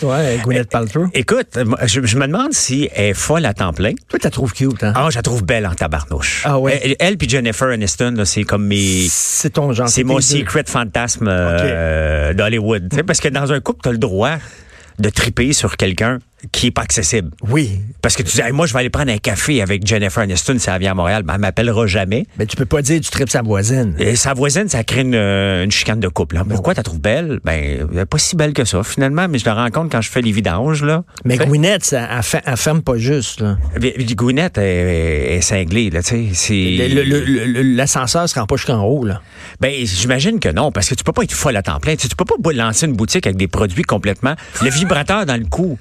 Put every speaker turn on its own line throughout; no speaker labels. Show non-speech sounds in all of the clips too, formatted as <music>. Ouais, euh, Gwyneth Paltrow.
Écoute, moi, je, je me demande si elle est folle à temps plein.
Toi, tu la trouves cute, hein?
Ah, je la trouve belle en tabarnouche.
Ah ouais?
Elle, elle puis Jennifer Aniston, là, c'est comme mes...
Ah, C'est ton genre.
C'est mon
tes deux.
secret fantasme euh, d'Hollywood. Tu sais, Parce que dans un couple, tu as le droit de triper sur quelqu'un qui est pas accessible.
Oui.
Parce que tu dis, Hey, moi, je vais aller prendre un café avec Jennifer Aniston si elle vient à Montréal. Ben, elle m'appellera jamais.
Mais tu peux pas dire tu tripes sa voisine.
Et sa voisine, ça crée une, euh, une chicane de couple. hein. Pourquoi tu la trouves belle? Ben, elle est pas si belle que ça, finalement, mais je la rencontre quand je fais les vidanges, là.
Mais Gwyneth, ça, elle, fer- elle ferme pas juste, là.
Mais- mais Gwyneth est, est cinglée, là, tu sais. c'est-
Le- le- le- le- L'ascenseur se rend pas jusqu'en haut, là.
Ben, j'imagine que non, parce que tu peux pas être folle à temps plein. Tu, sais, tu peux pas bo- lancer une boutique avec des produits complètement. Le vibrateur dans le cou.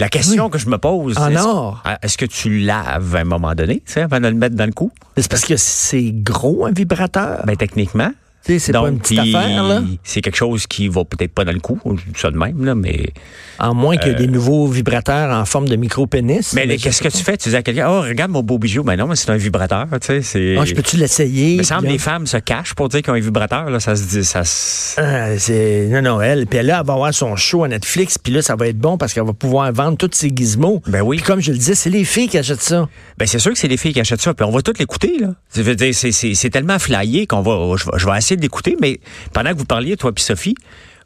La question que je me pose,
En
est-ce-
or.
Ah, est-ce que tu laves à un moment donné, tu sais, avant de le mettre dans le cou?
C'est parce que c'est gros, un vibrateur.
Ben, techniquement.
Tu sais, Euh, c'est pas
Donc,
une petite
puis,
affaire, là.
C'est quelque chose qui va peut-être pas dans le cou, je dis ça de même, là, mais.
En moins qu'il y a des nouveaux vibrateurs en forme de micro-pénis.
Euh, Mais,
Mais je-
qu'est-ce que tu fais? Tu dis à quelqu'un, oh, regarde mon beau bijou. Ben non, mais c'est un vibrateur, tu sais. c'est-
Ah, je peux-tu l'essayer?
Il me semble
Puis,
que les femmes se cachent pour dire qu'ils ont un vibrateur, là. Ça se dit, ça se-
Ah, c'est non non elle puis là elle va avoir son show à Netflix puis là ça va être bon parce qu'elle va pouvoir vendre tous ses gizmos.
Ben oui.
Puis comme je le disais, c'est les filles qui achètent ça.
Ben c'est sûr que c'est les filles qui achètent ça. Puis on va toutes l'écouter là. Ça veut dire c'est, c'est, c'est tellement flyé qu'on va je, vais- je vais essayer de l'écouter. Mais pendant que vous parliez toi puis Sophie,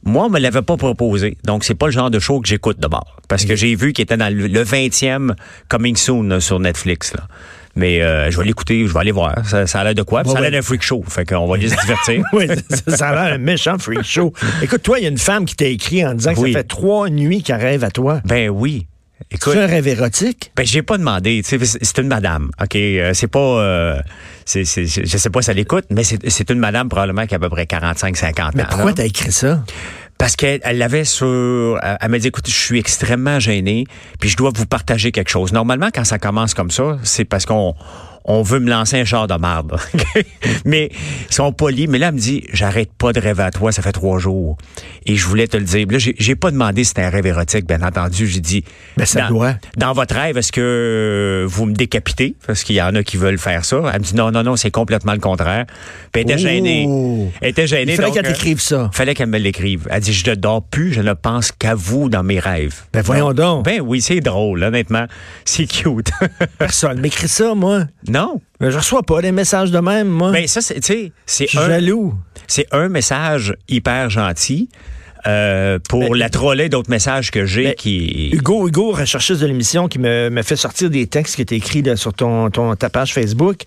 moi on me l'avait pas proposé. Donc c'est pas le genre de show que j'écoute d'abord parce que j'ai vu qu'il était dans le, le 20e Coming Soon là, sur Netflix là. Mais euh, je vais l'écouter, je vais aller voir. Ça, ça a l'air de quoi Puis
Ouais,
Ça a l'air
ouais.
d'un freak show. Fait qu'on va les divertir.
Oui, <laughs> ça, ça a l'air un méchant freak show. Écoute, toi, il y a une femme qui t'a écrit en disant que
Oui.
ça fait trois nuits qu'elle rêve à toi.
Ben oui. Écoute.
C'est un rêve érotique?
Ben, j'ai pas demandé. tu sais, C'est c'est une madame, OK? Euh, c'est pas... euh, c'est, c'est- je je sais pas si elle écoute, mais c'est, c'est une madame probablement qui a à peu près 45-50 ans.
Mais pourquoi
là.
t'as écrit ça?
Parce qu'elle elle l'avait sur... Elle, elle m'a dit, écoute, je suis extrêmement gênée, puis je dois vous partager quelque chose. Normalement, quand ça commence comme ça, c'est parce qu'on on veut me lancer un char de marde. <laughs> OK? mais ils sont polis. Mais là, elle me dit, j'arrête pas de rêver à toi, ça fait trois jours. Et je voulais te le dire. Là, j'ai, j'ai pas demandé si c'était un rêve érotique, bien entendu. J'ai dit...
Ben, ça
dans-
doit.
dans votre rêve, est-ce que vous me décapitez? Parce qu'il y en a qui veulent faire ça. Elle me dit non, non, non, c'est complètement le contraire. Puis elle était
Ouh.
gênée. Elle était gênée.
Il fallait
donc,
qu'elle
euh,
t'écrive ça.
Fallait qu'elle me l'écrive. Elle dit, je ne dors plus, je ne pense qu'à vous dans mes rêves.
Ben, voyons donc.
Ben oui, c'est drôle, honnêtement. C'est cute. <laughs>
Personne m'écrit ça, moi.
non.
Mais Je reçois pas des messages de même, moi.
Ben ça, c'est, tu sais, c'est
Je suis
un,
jaloux.
c'est un message hyper gentil euh, pour
Ben,
la troller d'autres messages que j'ai
Mais-
qui...
Hugo, Hugo, recherchiste de l'émission, qui me, me fait sortir des textes que tu écrit là, sur ton, ton, ta page Facebook.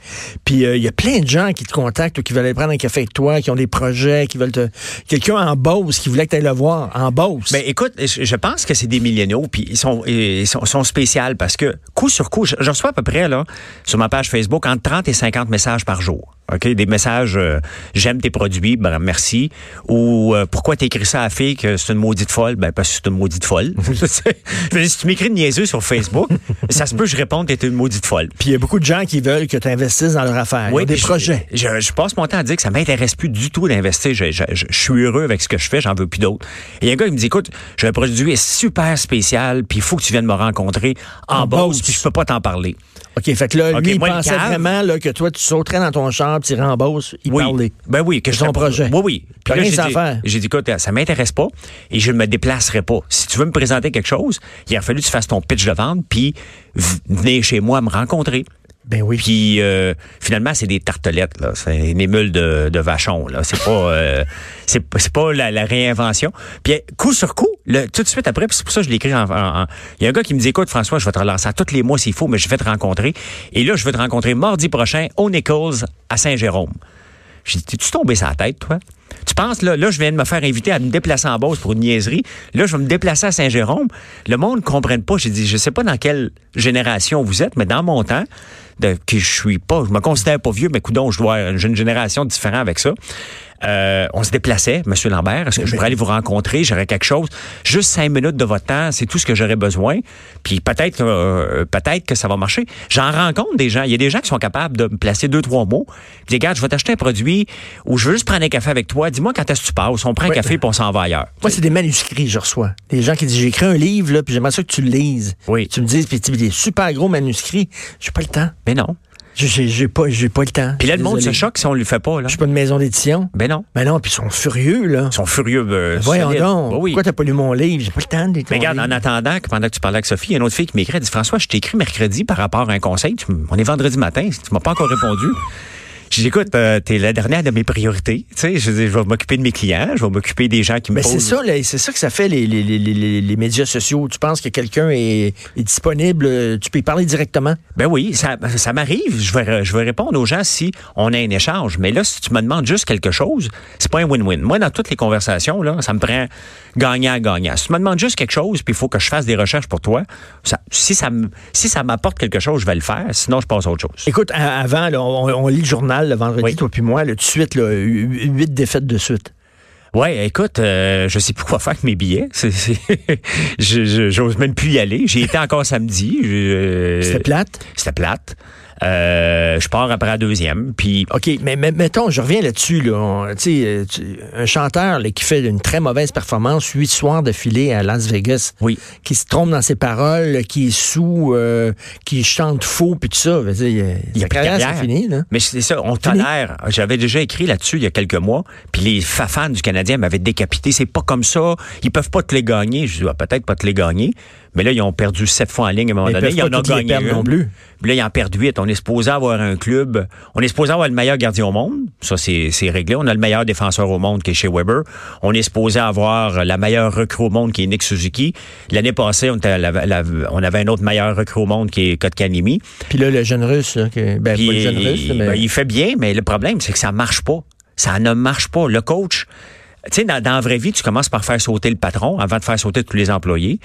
Puis euh, il y a plein de gens qui te contactent ou qui veulent aller prendre un café avec toi, qui ont des projets, qui veulent te. Quelqu'un en Beauce qui voulait que tu ailles le voir, en Beauce.
Ben écoute, je je pense que c'est des milléniaux, puis ils sont ils sont, sont spéciales parce que coup sur coup, je, je reçois à peu près là sur ma page Facebook entre 30 et 50 messages par jour. OK, des messages euh, j'aime tes produits, ben merci ou euh, pourquoi t'écris ça à la fille que c'est une maudite folle, ben parce que c'est une maudite folle. <laughs> Je sais. Je veux dire, si tu m'écris une niaiseuse sur Facebook, <laughs> ça se peut que je réponde t'es une maudite folle.
Puis il y a beaucoup de gens qui veulent que tu investisses dans leur affaire. Ils ont des
puis je-
projets.
Je, je passe mon temps à dire que ça m'intéresse plus du tout d'investir. Je, je- je- je suis heureux avec ce que je fais, j'en veux plus d'autres. Et il y a un gars qui me dit, écoute, j'ai un produit super spécial, puis il faut que tu viennes me rencontrer en,
En
Beauce,
Beauce.
puis je peux pas t'en parler.
OK, fait que là,
OK,
lui, il
moi, le
pensait
cave-
vraiment là, que toi, tu sauterais dans ton char, tu irais en Beauce, il
oui.
parlait.
Ben oui, que
De
je
ton
te-
projet.
Oui, oui.
T'as
là,
rien
j'ai
à
dit-
faire.
J'ai dit, écoute, ça m'intéresse pas et je ne me déplacerai pas. Si tu veux me présenter quelque chose, il a fallu que tu fasses ton pitch de vente, puis v- venez chez moi me rencontrer.
Ben oui.
Puis euh, finalement, c'est des tartelettes, là. C'est une émule de, de vachon, là. C'est pas, euh, c'est, c'est pas la, la réinvention. Puis euh, coup sur coup, le, tout de suite après, puis c'est pour ça que je l'écris en, en- en- Il y a un gars qui me dit, écoute, François, je vais te relancer à tous les mois s'il faut, mais je vais te rencontrer. Et là, je vais te rencontrer mardi prochain au Nichols à Saint-Jérôme. J'ai dit, t'es-tu tombé sa tête, toi? Tu penses, là, là, je viens de me faire inviter à me déplacer en Beauce pour une niaiserie. Là, je vais me déplacer à Saint-Jérôme. Le monde ne comprenne pas. J'ai dit, je sais pas dans quelle génération vous êtes, mais dans mon temps, de, que je suis pas, je me considère pas vieux, mais coudon, je dois, j'ai une génération différente avec ça. Euh, on se déplaçait, Monsieur Lambert. Est-ce que je pourrais aller vous rencontrer? J'aurais quelque chose. Juste cinq minutes de votre temps, c'est tout ce que j'aurais besoin. Puis peut-être, euh, peut-être que ça va marcher. J'en rencontre des gens. Il y a des gens qui sont capables de me placer deux, trois mots. Puis dire, regarde, je vais t'acheter un produit ou je veux juste prendre un café avec toi. Dis-moi quand est-ce que tu passes. On prend un
Ouais.
café puis on s'en va ailleurs.
Moi, c'est des manuscrits que je reçois. Des gens qui disent J'ai écrit un livre, là, puis j'aimerais ça que tu le lises.
Oui.
Tu me dis, puis tu dis, des super gros manuscrits. J'ai pas le temps.
Mais non.
J'ai j'ai pas, j'ai pas le temps.
Puis là, le monde se
Désolé.
choque si on le fait pas, là.
Je suis pas une maison d'édition.
Ben non.
Mais non, puis ils sont furieux, là.
Ils sont furieux. euh,
Voyons
solides.
donc.
Ben oui.
Pourquoi t'as pas lu mon livre? J'ai pas le temps de lire ton
Mais regarde, en
livre.
attendant que pendant que tu parlais avec Sophie, il y a une autre fille qui m'écrit, elle dit François, je t'écris mercredi par rapport à un conseil. Tu m- on est vendredi matin, tu m'as pas encore répondu. Je dis, écoute, euh, t'es la dernière de mes priorités. Tu sais, je, dis, je vais m'occuper de mes clients, je vais m'occuper des gens qui me
Mais Ben, c'est ça,
posent.
là, c'est ça que ça fait les, les, les, les, les médias sociaux. Tu penses que quelqu'un est, est disponible, euh, tu peux y parler directement.
Ben oui, ça, ça m'arrive. Je vais, re- je vais répondre aux gens si on a un échange. Mais là, si tu me demandes juste quelque chose, c'est pas un win-win. Moi, dans toutes les conversations, là, ça me prend gagnant-gagnant. Si tu me demandes juste quelque chose, puis il faut que je fasse des recherches pour toi, ça- si ça m- si ça m'apporte quelque chose, je vais le faire. Sinon, je passe à autre chose.
Écoute, a- avant, là, on, on lit le journal le vendredi,
Oui.
toi puis moi, là, tout de suite, là, hu- huit défaites de suite.
Ouais, écoute, euh, je sais plus quoi faire avec mes billets. <laughs> C'est- c'est- je- je- J'ose même plus y aller. J'y étais encore samedi. Je- euh,
C'était plate.
C'était plate. Euh, je pars après la deuxième. Puis
OK, mais, mais- mettons, je reviens là-dessus. Là, On- tu sais, euh, tu- un chanteur là, qui fait une très mauvaise performance huit soirs d'affilée à Las Vegas,
Oui.
qui se trompe dans ses paroles, qui est sous, euh, qui chante faux, puis tout ça, je veux dire, euh,
Il y
sa
a plus de
carrière, c'est
carrière.
fini. Là.
Mais c'est ça, on tolère. J'avais déjà écrit là-dessus il y a quelques mois, puis les fans du Canadien m'avaient décapité. C'est pas comme ça. Ils peuvent pas te les gagner. Je dis, Ah, peut-être pas te les gagner. Mais là, ils ont perdu sept fois en ligne à un moment
Mais ils
donné.
peuvent
Ils en
pas
ont
toutes les
gagné
perdre
une.
non plus.
Puis là, ils en perdent huit. On est supposé avoir un club. On est supposé avoir le meilleur gardien au monde. Ça, c'est c'est réglé. On a le meilleur défenseur au monde qui est chez Weber. On est supposé avoir la meilleure recrue au monde qui est Nick Suzuki. L'année passée, on, était à la- la- on avait un autre meilleur recrue au monde qui est Kotkaniemi.
Puis là, le jeune russe, là, que- ben,
Puis,
pas le jeune russe, là, mais...
ben, il fait bien, mais le problème, c'est que ça marche pas. Ça ne marche pas. Le coach, tu sais, dans, dans la vraie vie, tu commences par faire sauter le patron avant de faire sauter tous les employés.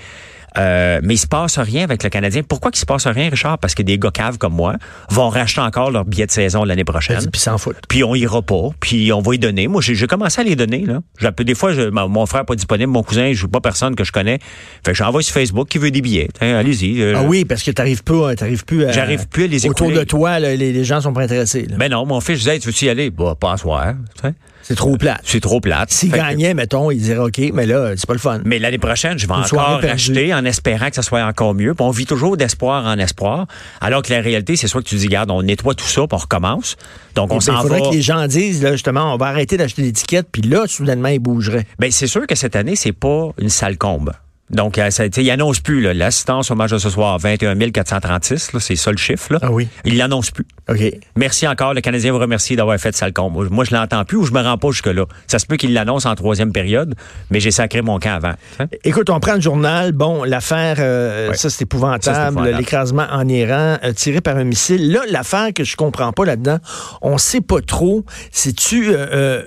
Euh, mais il se passe rien avec le Canadien. Pourquoi qu'il se passe rien, Richard? Parce que des gars caves comme moi vont racheter encore leur billet de saison l'année prochaine.
Vas-y, puis s'en foutent.
Puis on ira pas, puis on va y donner. Moi, j'ai j'ai commencé à les donner. Là. J'appelle- Des fois, je- ma- mon frère pas disponible, mon cousin, je pas personne que je connais. Fait que j'envoie sur Facebook qui veut des billets. Hein, allez-y. euh,
Ah oui, parce que t'arrives pas, euh, t'arrives plus à...
J'arrive plus à les
Autour
écouler.
de toi, là, les, les gens sont pas intéressés. là.
Ben non, mon fils, je disais, Hey, tu veux-tu y aller? Bah, pas à soir. tu sais.
c'est trop plate.
C'est trop plate.
S'ils
Fait que-
gagnaient, mettons, ils diraient OK, mais là, c'est pas le fun.
mais l'année prochaine, je vais
soirée
encore
perdue.
racheter en espérant que ça soit encore mieux. Puis on vit toujours d'espoir en espoir. Alors que la réalité, c'est soit que tu dis, garde, on nettoie tout ça, puis on recommence. Donc, on
Il
s'en va.
faudrait que les gens disent, là, justement, on va arrêter d'acheter des tickets, puis là, soudainement, ils bougeraient.
Ben, c'est sûr que cette année, c'est pas une sale combe. Donc, euh, ça, tu sais, il annonce plus, là, l'assistance au match de ce soir, 21 436, là, c'est ça le chiffre, là.
Ah oui.
Il l'annonce plus.
OK.
Merci encore. Le Canadien vous remercie d'avoir fait sale combe. Moi, je l'entends plus ou je me rends pas jusque-là. Ça se peut qu'il l'annonce en troisième période, mais j'ai sacré mon camp avant. Hein?
Écoute, on prend le journal. Bon, l'affaire, euh,
Ouais.
ça, c'est
Ça, c'est
épouvantable.
épouvantable.
L'écrasement en Iran, euh, tiré par un missile. Là, l'affaire que je comprends pas là-dedans, on sait pas trop si tu euh, euh,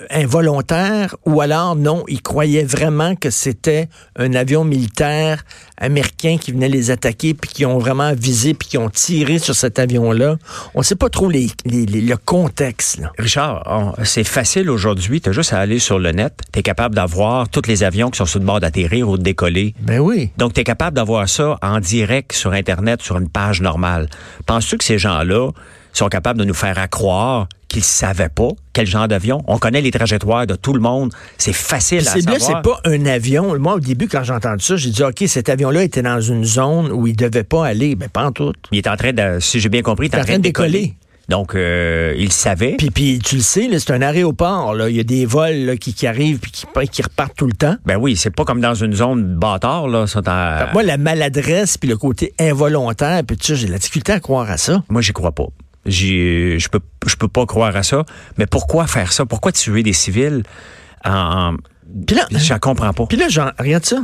involontaire ou alors, non, ils croyaient vraiment que c'était un avion militaire américain qui venait les attaquer, puis qui ont vraiment visé, puis qui ont tiré sur cet avion-là. On sait pas trop les, les- les- le contexte, là.
Richard, on- c'est facile aujourd'hui. T'as juste à aller sur le net. T'es capable d'avoir tous les avions qui sont sur le bord d'atterrir ou de décoller.
Ben oui.
Donc, tu es capable d'avoir ça en direct sur Internet, sur une page normale. Penses-tu que ces gens-là sont capables de nous faire accroire qu'ils savaient pas quel genre d'avion? On connaît les trajectoires de tout le monde. C'est facile
Puis
à
c'est-
savoir.
là, c'est pas un avion. Moi, au début, quand j'ai entendu ça, j'ai dit, OK, cet avion-là était dans une zone où il devait pas aller. Ben, pas en tout.
Il est en train de, si j'ai bien compris, il est en train de décoller. Donc, euh, il savait.
Puis, puis tu le sais, là, c'est un aéroport. Là. Il y a des vols là, qui, qui arrivent puis qui, qui repartent tout le temps.
ben oui, c'est pas comme dans une zone bâtard, là. sont en-
Fait que Moi, la maladresse puis le côté involontaire, puis tout ça, j'ai de la difficulté à croire à ça.
Moi, j'y crois pas. J'y- Je peux, je peux pas croire à ça. Mais pourquoi faire ça? Pourquoi tuer des civils? En, en-
Puis là,
je comprends pas.
puis là genre, regarde ça.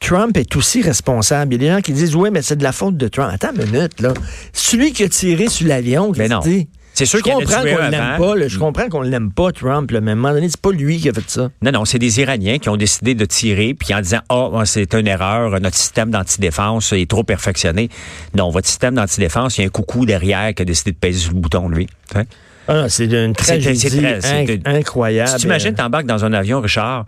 Trump est aussi responsable. Il y a des gens qui disent, oui, mais c'est de la faute de Trump. Attends une minute, là. Celui qui a tiré sur l'avion,
Mais
qu'est-ce
non.
qu'il dit?
C'est sûr
je
qu'il y en a
comprends
tué
qu'on
un
l'aime
avant.
pas, là. je comprends qu'on l'aime pas, Trump, là, mais à un moment donné, c'est pas lui qui a fait ça.
Non, non, c'est des Iraniens qui ont décidé de tirer, puis en disant, ah, c'est une erreur, notre système d'antidéfense est trop perfectionné. Non, votre système d'antidéfense, il y a un coucou derrière qui a décidé de péser sur le bouton, lui. Hein?
Ah, c'est une
C'est- c'est
tragédie
très- c'est
inc-
de-
incroyable.
si t'imagines, t'embarques dans un avion, Richard,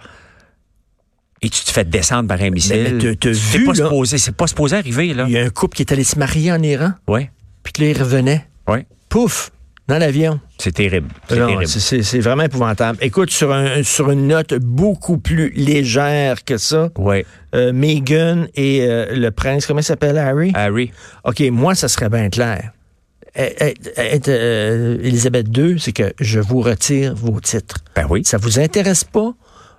et tu te fais descendre par un missile.
mais Ben, t'as- t'as
C'est
vu,
pas
là?
supposé, c'est pas supposé arriver, là.
Il y a un couple qui est allé se marier en Iran,
Ouais,
puis que là, ils revenaient.
ouais.
Pouf! Dans l'avion.
C'est terrible. C'est
Non,
terrible.
c'est- C'est c'est vraiment épouvantable. Écoute, sur, un, sur une note beaucoup plus légère que ça,
Ouais.
euh,
Ah.
Meghan et euh, le prince, comment il s'appelle, Harry?
Harry.
OK, moi, ça serait bien clair. Eh, être, euh, Elisabeth II, c'est que je vous retire vos titres.
Ben oui.
Ça vous intéresse pas?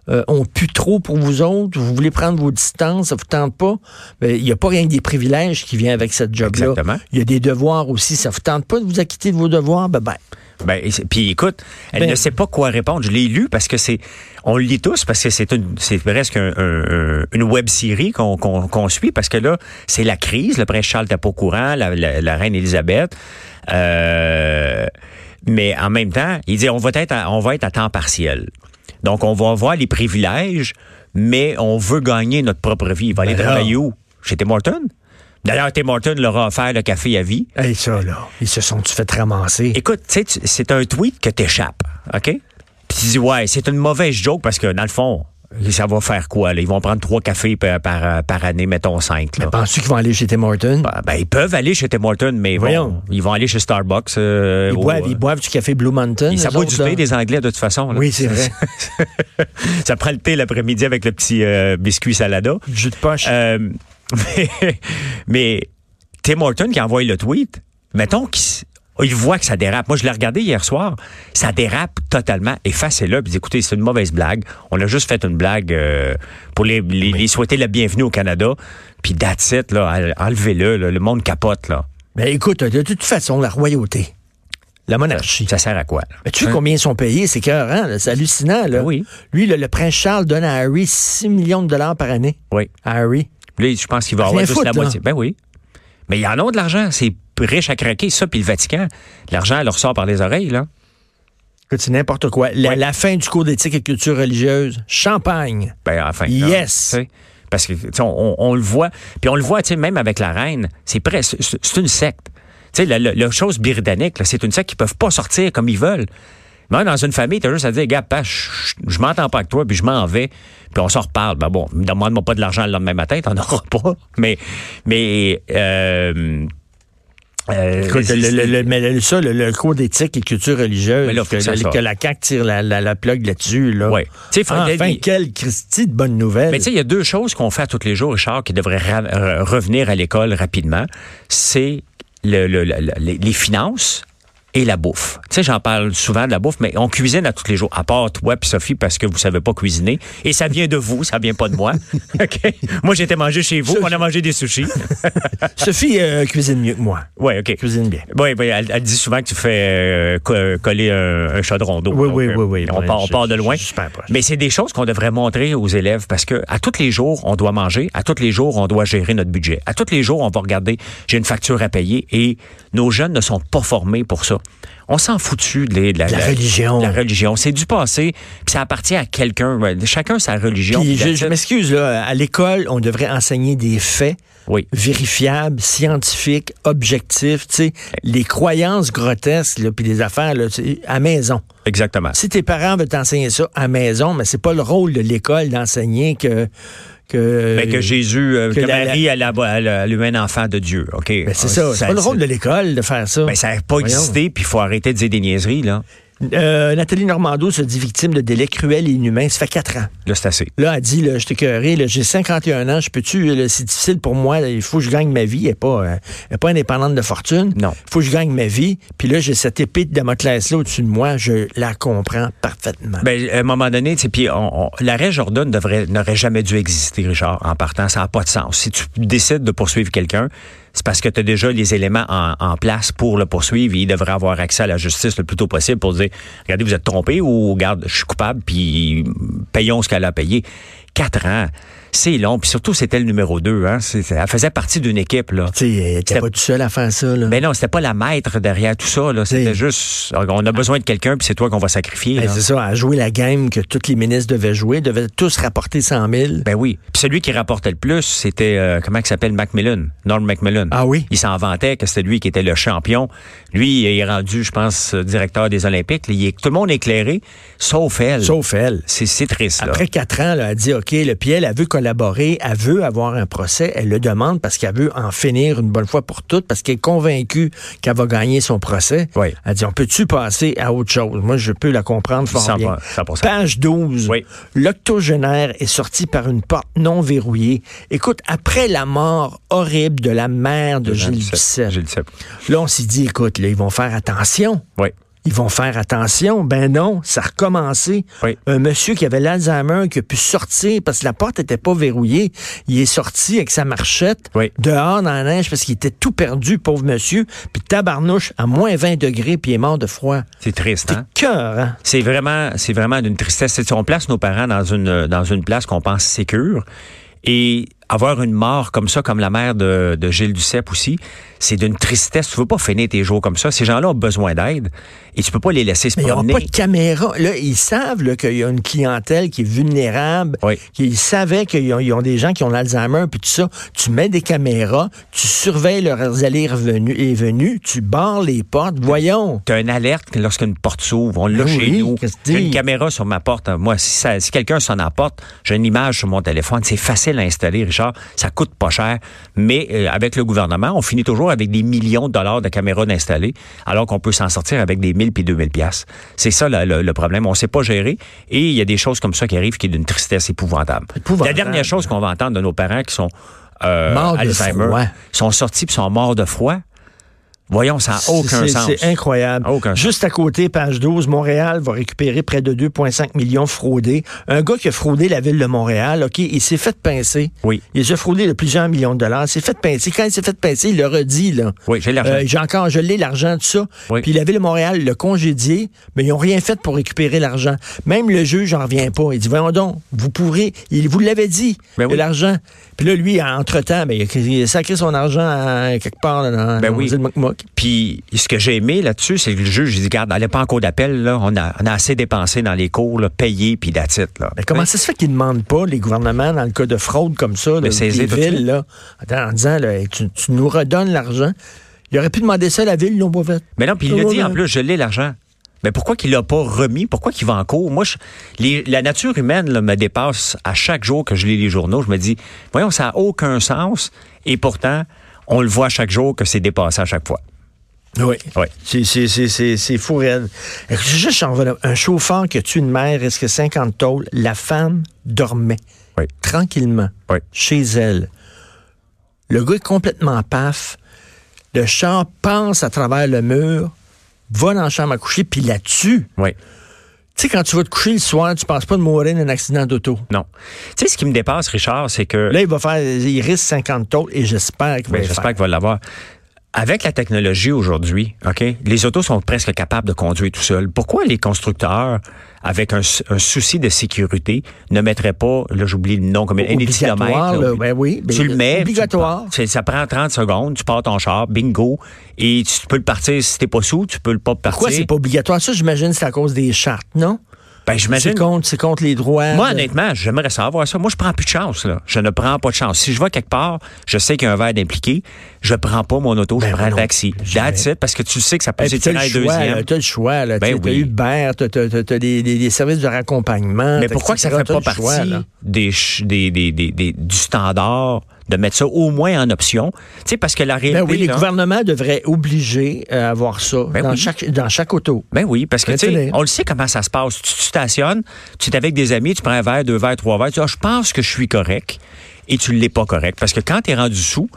Euh, on pue trop pour vous autres, vous voulez prendre vos distances, ça vous tente pas. Ben, Il n'y a pas rien que des privilèges qui vient avec cette job-là.
Exactement.
Il y a des devoirs aussi. Ça vous tente pas de vous acquitter de vos devoirs? Ben, ben.
Ben, et c'est- puis écoute, elle
Ben-
ne sait pas quoi répondre. Je l'ai lu parce que c'est, on le lit tous parce que c'est une, c'est presque un- un- un- une web série qu'on qu'on- qu'on suit parce que là, c'est la crise. Le prince Charles n'était pas au courant, la, la- la reine Élisabeth. Euh, mais en même temps, il dit on va être, à, on va être à temps partiel. Donc on va avoir les privilèges, mais on veut gagner notre propre vie. Il va aller
Ben là.
travailler où Chez Tim Horton. D'ailleurs, Tim Horton leur a offert le café à vie.
Hey, ça, là. Ils se sont-tu fait ramasser?
Écoute, tu sais, tu- c'est un tweet que t'échappes, OK? Puis tu dis, ouais, c'est une mauvaise joke parce que, dans le fond, ça va faire quoi? là? Ils vont prendre trois cafés par, par- par année, mettons cinq. là.
Mais penses-tu qu'ils vont aller chez Tim Hortons?
Ben, ben, ils peuvent aller chez Tim Hortons, mais
Voyons.
bon, ils vont aller chez Starbucks. euh,
ils,
au-
boivent, ils boivent du café Blue Mountain.
Et ça
eux
boit
autres,
du
là.
thé des Anglais, de toute façon. là.
Oui, c'est vrai.
<laughs> ça prend le thé l'après-midi avec le petit euh, biscuit salada.
Du jus de poche.
Euh, <laughs> mais, mais Tim Horton qui envoie le tweet, mettons qu'il s- il voit que ça dérape. Moi, je l'ai regardé hier soir. Ça dérape totalement. Effacez-le. Puis écoutez, c'est une mauvaise blague. On a juste fait une blague euh, pour les, les- les souhaiter la bienvenue au Canada. Puis that's it, là. Enlevez-le. là. Le monde capote, là.
Ben, écoute, de toute façon, la royauté, la monarchie.
Ça sert à quoi? là?
Mais tu sais combien ils sont payés, c'est écœurant, là, c'est hallucinant. Là.
Ben oui.
Lui, là, le prince Charles donne à Harry 6 millions de dollars par année.
Oui.
À Harry.
Là, je pense qu'il va
Rien
avoir juste
foutre,
la
là.
moitié. Ben oui. Mais il y en a de l'argent. C'est riche à craquer, ça, puis le Vatican. L'argent leur sort par les oreilles, là.
Écoute, C'est n'importe quoi. La, la fin du cours d'éthique et culture religieuse, champagne.
Ben, enfin.
Yes.
là, tu sais, parce que, tu sais, on, on- on le voit. Puis on le voit, tu sais, même avec la reine, c'est presque. C'est c'est une secte. Tu sais, la, la- la chose birdanique, là, c'est une secte qui peuvent pas sortir comme ils veulent. Même dans une famille, t'as juste à dire, gars, pas, je je m'entends pas avec toi, puis je m'en vais, puis on s'en reparle. Ben bon, demande-moi pas de l'argent le lendemain matin, t'en auras pas. Mais, mais, euh, euh,
Écoute, le, le- le- mais le- ça, le, le cours d'éthique et culture religieuse,
Mais là, faut
que,
que ça
que
sorte.
la CAQ tire la, la, la plug là-dessus. Là.
Ouais. Tu sais, faut-
Enfin,
il-
quelle Christie de bonne nouvelle.
Mais tu sais, il y a deux choses qu'on fait à tous les jours, Richard, qui devraient ra- re- revenir à l'école rapidement. C'est le- le- le- le- les les finances et la bouffe. Tu sais, j'en parle souvent de la bouffe, mais on cuisine à tous les jours, à part toi puis Sophie, parce que vous savez pas cuisiner. Et ça vient de vous, ça vient pas de moi. <laughs> OK? Moi, j'étais mangé chez vous, on a mangé des sushis.
Sophie euh, cuisine mieux que moi.
Oui, OK.
Cuisine bien.
Oui, oui, elle, elle dit souvent que tu fais euh, co- coller un, un chaudron d'eau.
Oui,
Donc,
oui,
euh,
oui, oui.
On,
Ouais,
part, on
je-
part de loin.
je suis super proche.
Mais c'est des choses qu'on devrait montrer aux élèves parce que à tous les jours, on doit manger. À tous les jours, on doit gérer notre budget. À tous les jours, on va regarder, j'ai une facture à payer et nos jeunes ne sont pas formés pour ça. On s'en foutu de, les- de la,
La
la-
religion.
de La religion. C'est du passé, puis ça appartient à quelqu'un. Ouais, Chacun sa religion.
Puis
puis
je,
la-
je m'excuse, là, à l'école, on devrait enseigner des faits
Oui.
vérifiables, scientifiques, objectifs, tu sais, les croyances grotesques, là, puis les affaires, là, tu sais, à maison.
Exactement.
Si tes parents veulent t'enseigner ça à maison, mais c'est pas le rôle de l'école d'enseigner que... que
Mais que Jésus, euh,
que
que,
la- la-
Marie, elle a- elle a- elle a eu un enfant de Dieu. OK? Ah,
Ben, c'est ça, c'est pas le rôle de l'école de faire ça.
Ben, ça n'a pas
Voyons.
existé, puis il faut arrêter de dire des niaiseries, là.
Euh, Nathalie Normando se dit victime de délais cruels et inhumains, ça fait quatre ans.
Là, c'est assez.
Là, elle dit, là, je t'ai écoeuré, là, j'ai 51 ans, je peux-tu, euh, là, c'est difficile pour moi, là, il faut que je gagne ma vie, elle n'est pas, euh, elle est pas indépendante de fortune.
Non.
Il faut que je gagne ma vie, puis là, j'ai cette épée de Damoclès-là au-dessus de moi, je la comprends parfaitement.
Ben, à un moment donné, tu sais, puis on- on- l'arrêt Jordan devrait- n'aurait jamais dû exister, Richard, en partant. Ça n'a pas de sens. Si tu décides de poursuivre quelqu'un, c'est parce que tu as déjà les éléments en, en place pour le poursuivre et il devrait avoir accès à la justice le plus tôt possible pour dire, regardez, vous êtes trompé ou, regarde, je suis coupable, puis payons ce qu'elle a payé. Quatre ans, c'est long. Puis surtout, c'était le numéro deux. Hein. C'est- Elle faisait partie d'une équipe, là.
tu sais, t'es
c'était-
pas tout seul à faire ça, là.
Mais non, c'était pas la maître derrière tout ça. là. C'était
Oui.
juste, euh, on a besoin de quelqu'un, puis c'est toi qu'on va sacrifier.
Ben,
là.
c'est ça, à jouer la game que tous les ministres devaient jouer, devaient tous rapporter 100 000.
Ben oui. Puis celui qui rapportait le plus, c'était, euh, comment il s'appelle, Macmillan, Norm Macmillan.
Ah oui?
Il s'en vantait que c'était lui qui était le champion. Lui, il est rendu, je pense, euh, directeur des Olympiques. Il est, tout le monde est éclairé, sauf elle.
Sauf elle.
C'est, c'est triste, là.
Après quatre ans, là, elle dit, OK, le pied, elle a vu collaborer collaborer, elle veut avoir un procès, elle le demande parce qu'elle veut en finir une bonne fois pour toutes, parce qu'elle est convaincue qu'elle va gagner son procès.
Oui.
Elle dit, on peut-tu passer à autre chose? Moi, je peux la comprendre fort
100%.
bien.
100%.
Page 12.
Oui.
L'octogénaire est sorti par une porte non verrouillée. Écoute, après la mort horrible de la mère de Gilles Duceppe,
Gilles Duceppe.
là, on s'est dit, écoute, là, ils vont faire attention.
Oui.
Ils vont faire attention. Ben non, ça a recommencé.
Oui.
Un monsieur qui avait l'Alzheimer, qui a pu sortir parce que la porte n'était pas verrouillée, il est sorti avec sa marchette
Oui.
dehors dans la neige parce qu'il était tout perdu, pauvre monsieur. Puis tabarnouche, à moins 20 degrés, puis il est mort de froid.
C'est triste, hein?
Cœur, hein?
C'est vraiment, c'est vraiment d'une tristesse. C'est- On place nos parents dans une, dans une place qu'on pense sécure. Et avoir une mort comme ça, comme la mère de, de Gilles Duceppe aussi, c'est d'une tristesse. Tu veux pas finir tes jours comme ça. Ces gens-là ont besoin d'aide et tu peux pas les laisser se
Mais ils n'auront
promener.
pas de caméra. Là, ils savent là, qu'il y a une clientèle qui est vulnérable.
Oui.
Ils savaient qu'ils ont, ils ont des gens qui ont l'Alzheimer puis tout ça. Tu mets des caméras, tu surveilles leurs allées revenus et venues, tu barres les portes. Voyons. Ben
T'as une alerte lorsqu'une porte s'ouvre. On l'a
Oui,
chez nous.
qu'est-ce que
J'ai
dis?
une caméra sur ma porte. Moi, si, ça- si quelqu'un s'en apporte, j'ai une image sur mon téléphone. C'est facile à installer, Richard. Ça coûte pas cher. Mais euh, avec le gouvernement, on finit toujours avec des millions de dollars de caméras d'installer, alors qu'on peut s'en sortir avec des 1000 puis 2000 pièces. C'est ça le, le- le problème. On sait pas gérer. Et il y a des choses comme ça qui arrivent qui est d'une tristesse épouvantable.
Épouvantable.
La dernière chose qu'on va entendre de nos parents qui sont euh,
Morts de
Alzheimer,
froid.
sont sortis puis sont morts de froid. Voyons, ça n'a aucun
C'est-
sens.
C'est incroyable.
Aucun sens.
Juste à côté, page 12, Montréal va récupérer près de 2,5 millions fraudés. Un gars qui a fraudé la ville de Montréal, OK, il s'est fait pincer.
Oui.
Il s'est fraudé de plusieurs millions de dollars. Il s'est fait pincer. Quand il s'est fait pincer, il le redit, là.
Oui, j'ai l'argent.
Euh, j'ai encore, je l'ai, l'argent, tout ça.
Oui.
Puis la ville de Montréal l'a congédié, mais ils n'ont rien fait pour récupérer l'argent. Même le juge n'en revient pas. Il dit, voyons donc, vous pourrez, il vous l'avait dit,
Ben
de
oui.
l'argent. Puis là, lui, entre-temps, ben, il a- il a sacré son argent à- quelque part là, dans,
Ben
dans
oui.
l'île Mokmok.
Puis ce que j'ai aimé là-dessus, c'est que le juge il dit Garde, allez pas en cours d'appel, là, on a, on a assez dépensé dans les cours, là, payé, puis d'attitude. là.
Ben, comment ça se fait qu'ils ne demandent pas, les gouvernements, dans le cas de fraude comme ça, là, les
saisir tout de
villes,
suite.
là, en disant, là, Hey, tu, tu nous redonnes l'argent? Ils auraient pu demander ça à la ville, ils l'ont pas fait.
Mais non, puis il
Ouais,
l'a dit
Oh, ouais.
en plus, je l'ai l'argent. Mais pourquoi qu'il l'a pas remis? Pourquoi qu'il va en cours? Moi, je- les- la nature humaine là, me dépasse à chaque jour que je lis les journaux. Je me dis, voyons, ça n'a aucun sens. Et pourtant, on le voit chaque jour que c'est dépassé à chaque fois.
Oui.
Oui.
C'est- C'est c'est- c'est- c'est fou, raide. Écoute, Juste, j'en reviens là. un chauffeur qui a tué une mère, est-ce que 50 tôles, la femme dormait
Oui.
tranquillement
Oui.
chez elle. Le gars est complètement paf. Le char passe à travers le mur, va dans la chambre à coucher, puis la tue.
Oui.
Tu sais, quand tu vas te coucher le soir, tu penses pas de mourir d'un accident d'auto.
Non. Tu sais, ce qui me dépasse, Richard, c'est que.
Là, il va faire, il risque 50 tôles et j'espère qu'il va
Ben,
le
J'espère
faire.
qu'il va l'avoir. Avec la technologie aujourd'hui, OK, les autos sont presque capables de conduire tout seuls. Pourquoi les constructeurs, avec un, s- un souci de sécurité, ne mettraient pas, là j'oublie le nom, comme un
Obligatoire,
éthinomètre,
là,
oublie-
ben oui, ben,
tu le mets, puis tu le
obligatoire.
pars. C'est- ça prend 30 secondes, tu pars ton char, bingo, et tu peux le partir si t'es pas sous, tu peux le pas partir.
Pourquoi c'est pas obligatoire? Ça, j'imagine, c'est à cause des chartes, non?
Ben
C'est
j'imagine.
contre, c'est contre les droits.
Moi,
de-
honnêtement, j'aimerais savoir ça. Moi, je prends plus de chance, là. Je ne prends pas de chance. Si je vais quelque part, je sais qu'il y a un verre d'impliqué, je prends pas mon auto,
Ben,
je prends
moi
un
non
taxi.
plus,
That's it, parce que tu sais que ça peut
Hey, puis
s'étirer
t'as
à
le
un
choix,
deuxième.
là, t'as le choix, là.
Ben
Tu sais, t'as
oui.
Uber, t'as, t'as- t'as- t'as des, des- des services de raccompagnement.
Mais
t'as-
pourquoi que ça
etc.
fait pas
T'as le choix,
partie
là.
des, ch- des, des, des- des- du standard de mettre ça au moins en option? Tu sais, parce que la réalité.
Ben oui, les
là-
gouvernements devraient obliger euh, à avoir ça
Ben
dans,
oui.
chaque, dans chaque auto.
Ben oui, parce que
Ben,
tu
tu l'es.
sais, on le sait comment ça se passe. Tu tu stationnes, tu es avec des amis, tu prends un verre, deux verres, trois verres, tu dis Ah, je pense que je suis correct et tu l'es pas correct. Parce que quand tu es rendu sous,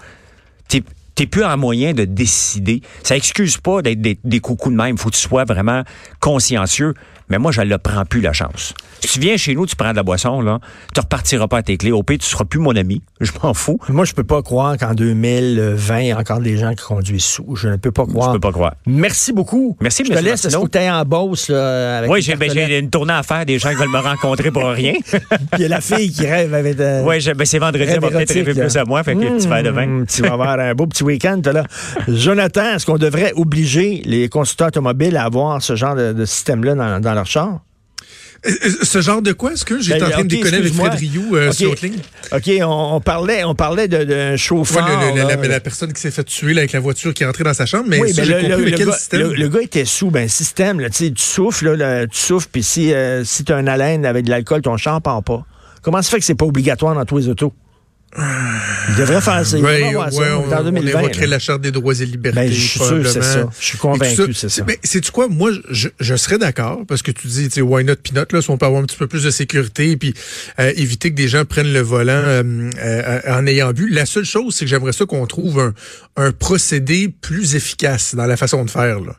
tu n'es plus en moyen de décider. Ça excuse pas d'être des, des coucous de même. faut que tu sois vraiment consciencieux. Mais moi, je ne le prends plus, la chance. Si tu viens chez nous, tu prends de la boisson, là, tu repartiras pas à tes clés. Au pire, tu seras plus mon ami. Je m'en fous.
Moi, je peux pas croire qu'en 2020, il y a encore des gens qui conduisent sous. Je ne peux pas
Je
croire.
peux pas croire.
Merci beaucoup.
Merci,
Je te
monsieur
laisse, est-ce
Martineau.
que t'es en bourse, là, avec
Oui,
les
j'ai ben,
tartelettes?
j'ai une tournée à faire des gens qui veulent me rencontrer pour rien.
Puis <laughs> Il y a la fille qui rêve avec... euh,
Oui, ben, c'est vendredi,
Rêve
on va peut-être
érotique,
rêver
là.
plus à moi, fait que petit verre de vin.
Hum, tu vas avoir un beau petit week-end,
<laughs>
toi, là. Jonathan, est-ce qu'on devrait obliger les constructeurs automobiles à avoir ce genre de, de système-là dans, dans leur char?
Euh, euh, Ce genre de quoi? Est-ce que j'étais en train
Ben,
de
Ok,
déconner avec
excuse-moi.
Fred Rioux euh,
Ok.
sur l'autre ligne?
OK, on, on parlait, on parlait de- d'un
Ouais,
chauffeur.
le- le- la,
là.
la- la personne qui s'est fait tuer là, avec la voiture qui est entrée dans sa chambre, mais,
oui,
ça,
ben,
j'ai
le,
compris,
le-
mais
le
quel
gars,
système?
le- le gars était sous. Ben, système, là, tu sais, tu souffles, là, là, tu souffles, puis si, euh, si tu as une haleine avec de l'alcool, ton char part pas. Comment ça fait que c'est pas obligatoire dans tous les autos? Il devrait faire ça. Il
Ouais,
devrait avoir ça
Ben, ouais, on,
dans 2020.
on évoquerait
là.
la Charte des droits et libertés.
Ben, je suis sûr que c'est ça.
probablement.
Je suis
Et tout
convaincu que c'est ça.
Mais sais-tu quoi? Moi, je, je serais d'accord parce que tu dis, tu sais, why not peanut, là, si on peut avoir un petit peu plus de sécurité et puis euh, éviter que des gens prennent le volant euh, euh, en ayant bu. La seule chose, c'est que j'aimerais ça qu'on trouve un, un procédé plus efficace dans la façon de faire, là.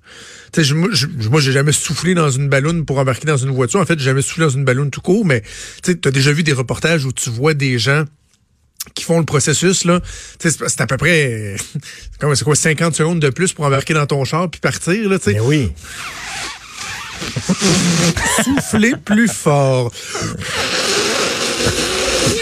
Tu sais, je- moi, je- moi, j'ai jamais soufflé dans une balloune pour embarquer dans une voiture. En fait, j'ai jamais soufflé dans une balloune tout court, mais tu as déjà vu des reportages où tu vois des gens qui font le processus, là, Tu sais, c'est c'est à peu près, <laughs> euh, c'est comme- c'est quoi, 50 secondes de plus pour embarquer dans ton char puis partir, là, tu sais.
Ben oui.
Souffler plus fort.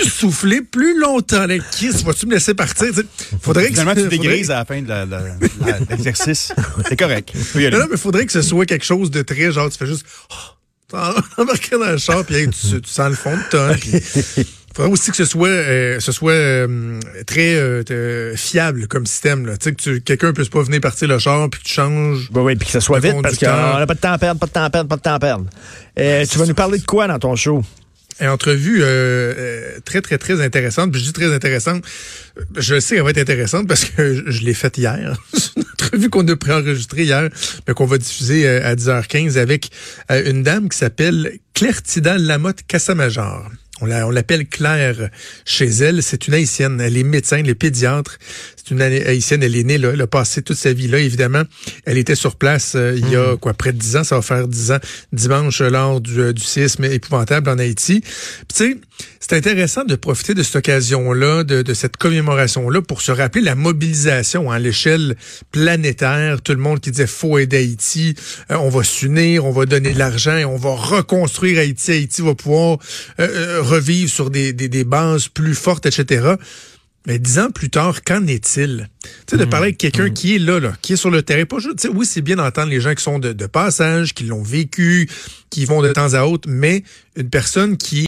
Souffler plus longtemps. Là, Chris, vas-tu me laisser partir? Tu sais, faudrait que
Finalement, tu
faudrait-
dégrises à la fin de la- la- la-
<laughs>
l'exercice. C'est correct. Tu peux y aller.
Non, non, mais faudrait que ce soit quelque chose de très genre, tu fais juste, oh, <laughs> embarquer dans le char puis hey, tu, tu sens le fond de tonne.
<laughs>
puis- faudrait aussi que ce soit, euh, ce soit euh, très euh, euh, fiable comme système, là. Tu sais, que tu- quelqu'un puisse pas venir partir le char puis que tu changes.
Ben oui, puis que ça soit
Le
vite, parce qu'on
conducteur.
n'a pas de temps à perdre, pas de temps à perdre, pas de temps à perdre. Euh, tu vas nous parler de quoi dans ton show?
Une entrevue euh, euh, très, très, très intéressante. Puis je dis très intéressante. euh, Je sais qu'elle va être intéressante parce que je, je l'ai faite hier. <laughs> C'est une entrevue qu'on a préenregistrée hier, mais qu'on va diffuser euh, à 10h15 avec euh, une dame qui s'appelle Clertida Lamotte Cassamajor. On la- on l'appelle Claire chez elle. C'est une haïtienne. Elle est médecin, elle est pédiatre. C'est une haïtienne. Elle est née là. Elle a passé toute sa vie là, évidemment. Elle était sur place euh, il y a quoi près de 10 ans. Ça va faire 10 ans dimanche euh, lors du, euh, du séisme épouvantable en Haïti. Puis, tu sais, c'est intéressant de profiter de cette occasion-là, de, de cette commémoration-là, pour se rappeler la mobilisation hein, à l'échelle planétaire. Tout le monde qui disait faut aider Haïti, euh, on va s'unir, on va donner de l'argent, et on va reconstruire Haïti. Haïti va pouvoir euh, euh, revivre sur des, des- des bases plus fortes, etc. Mais dix ans plus tard, qu'en est-il? Tu sais, de parler avec quelqu'un qui est là, là, qui est sur le terrain. Pas juste, tu sais, oui, c'est bien d'entendre les gens qui sont de, de passage, qui l'ont vécu, qui vont de temps à autre, mais une personne qui est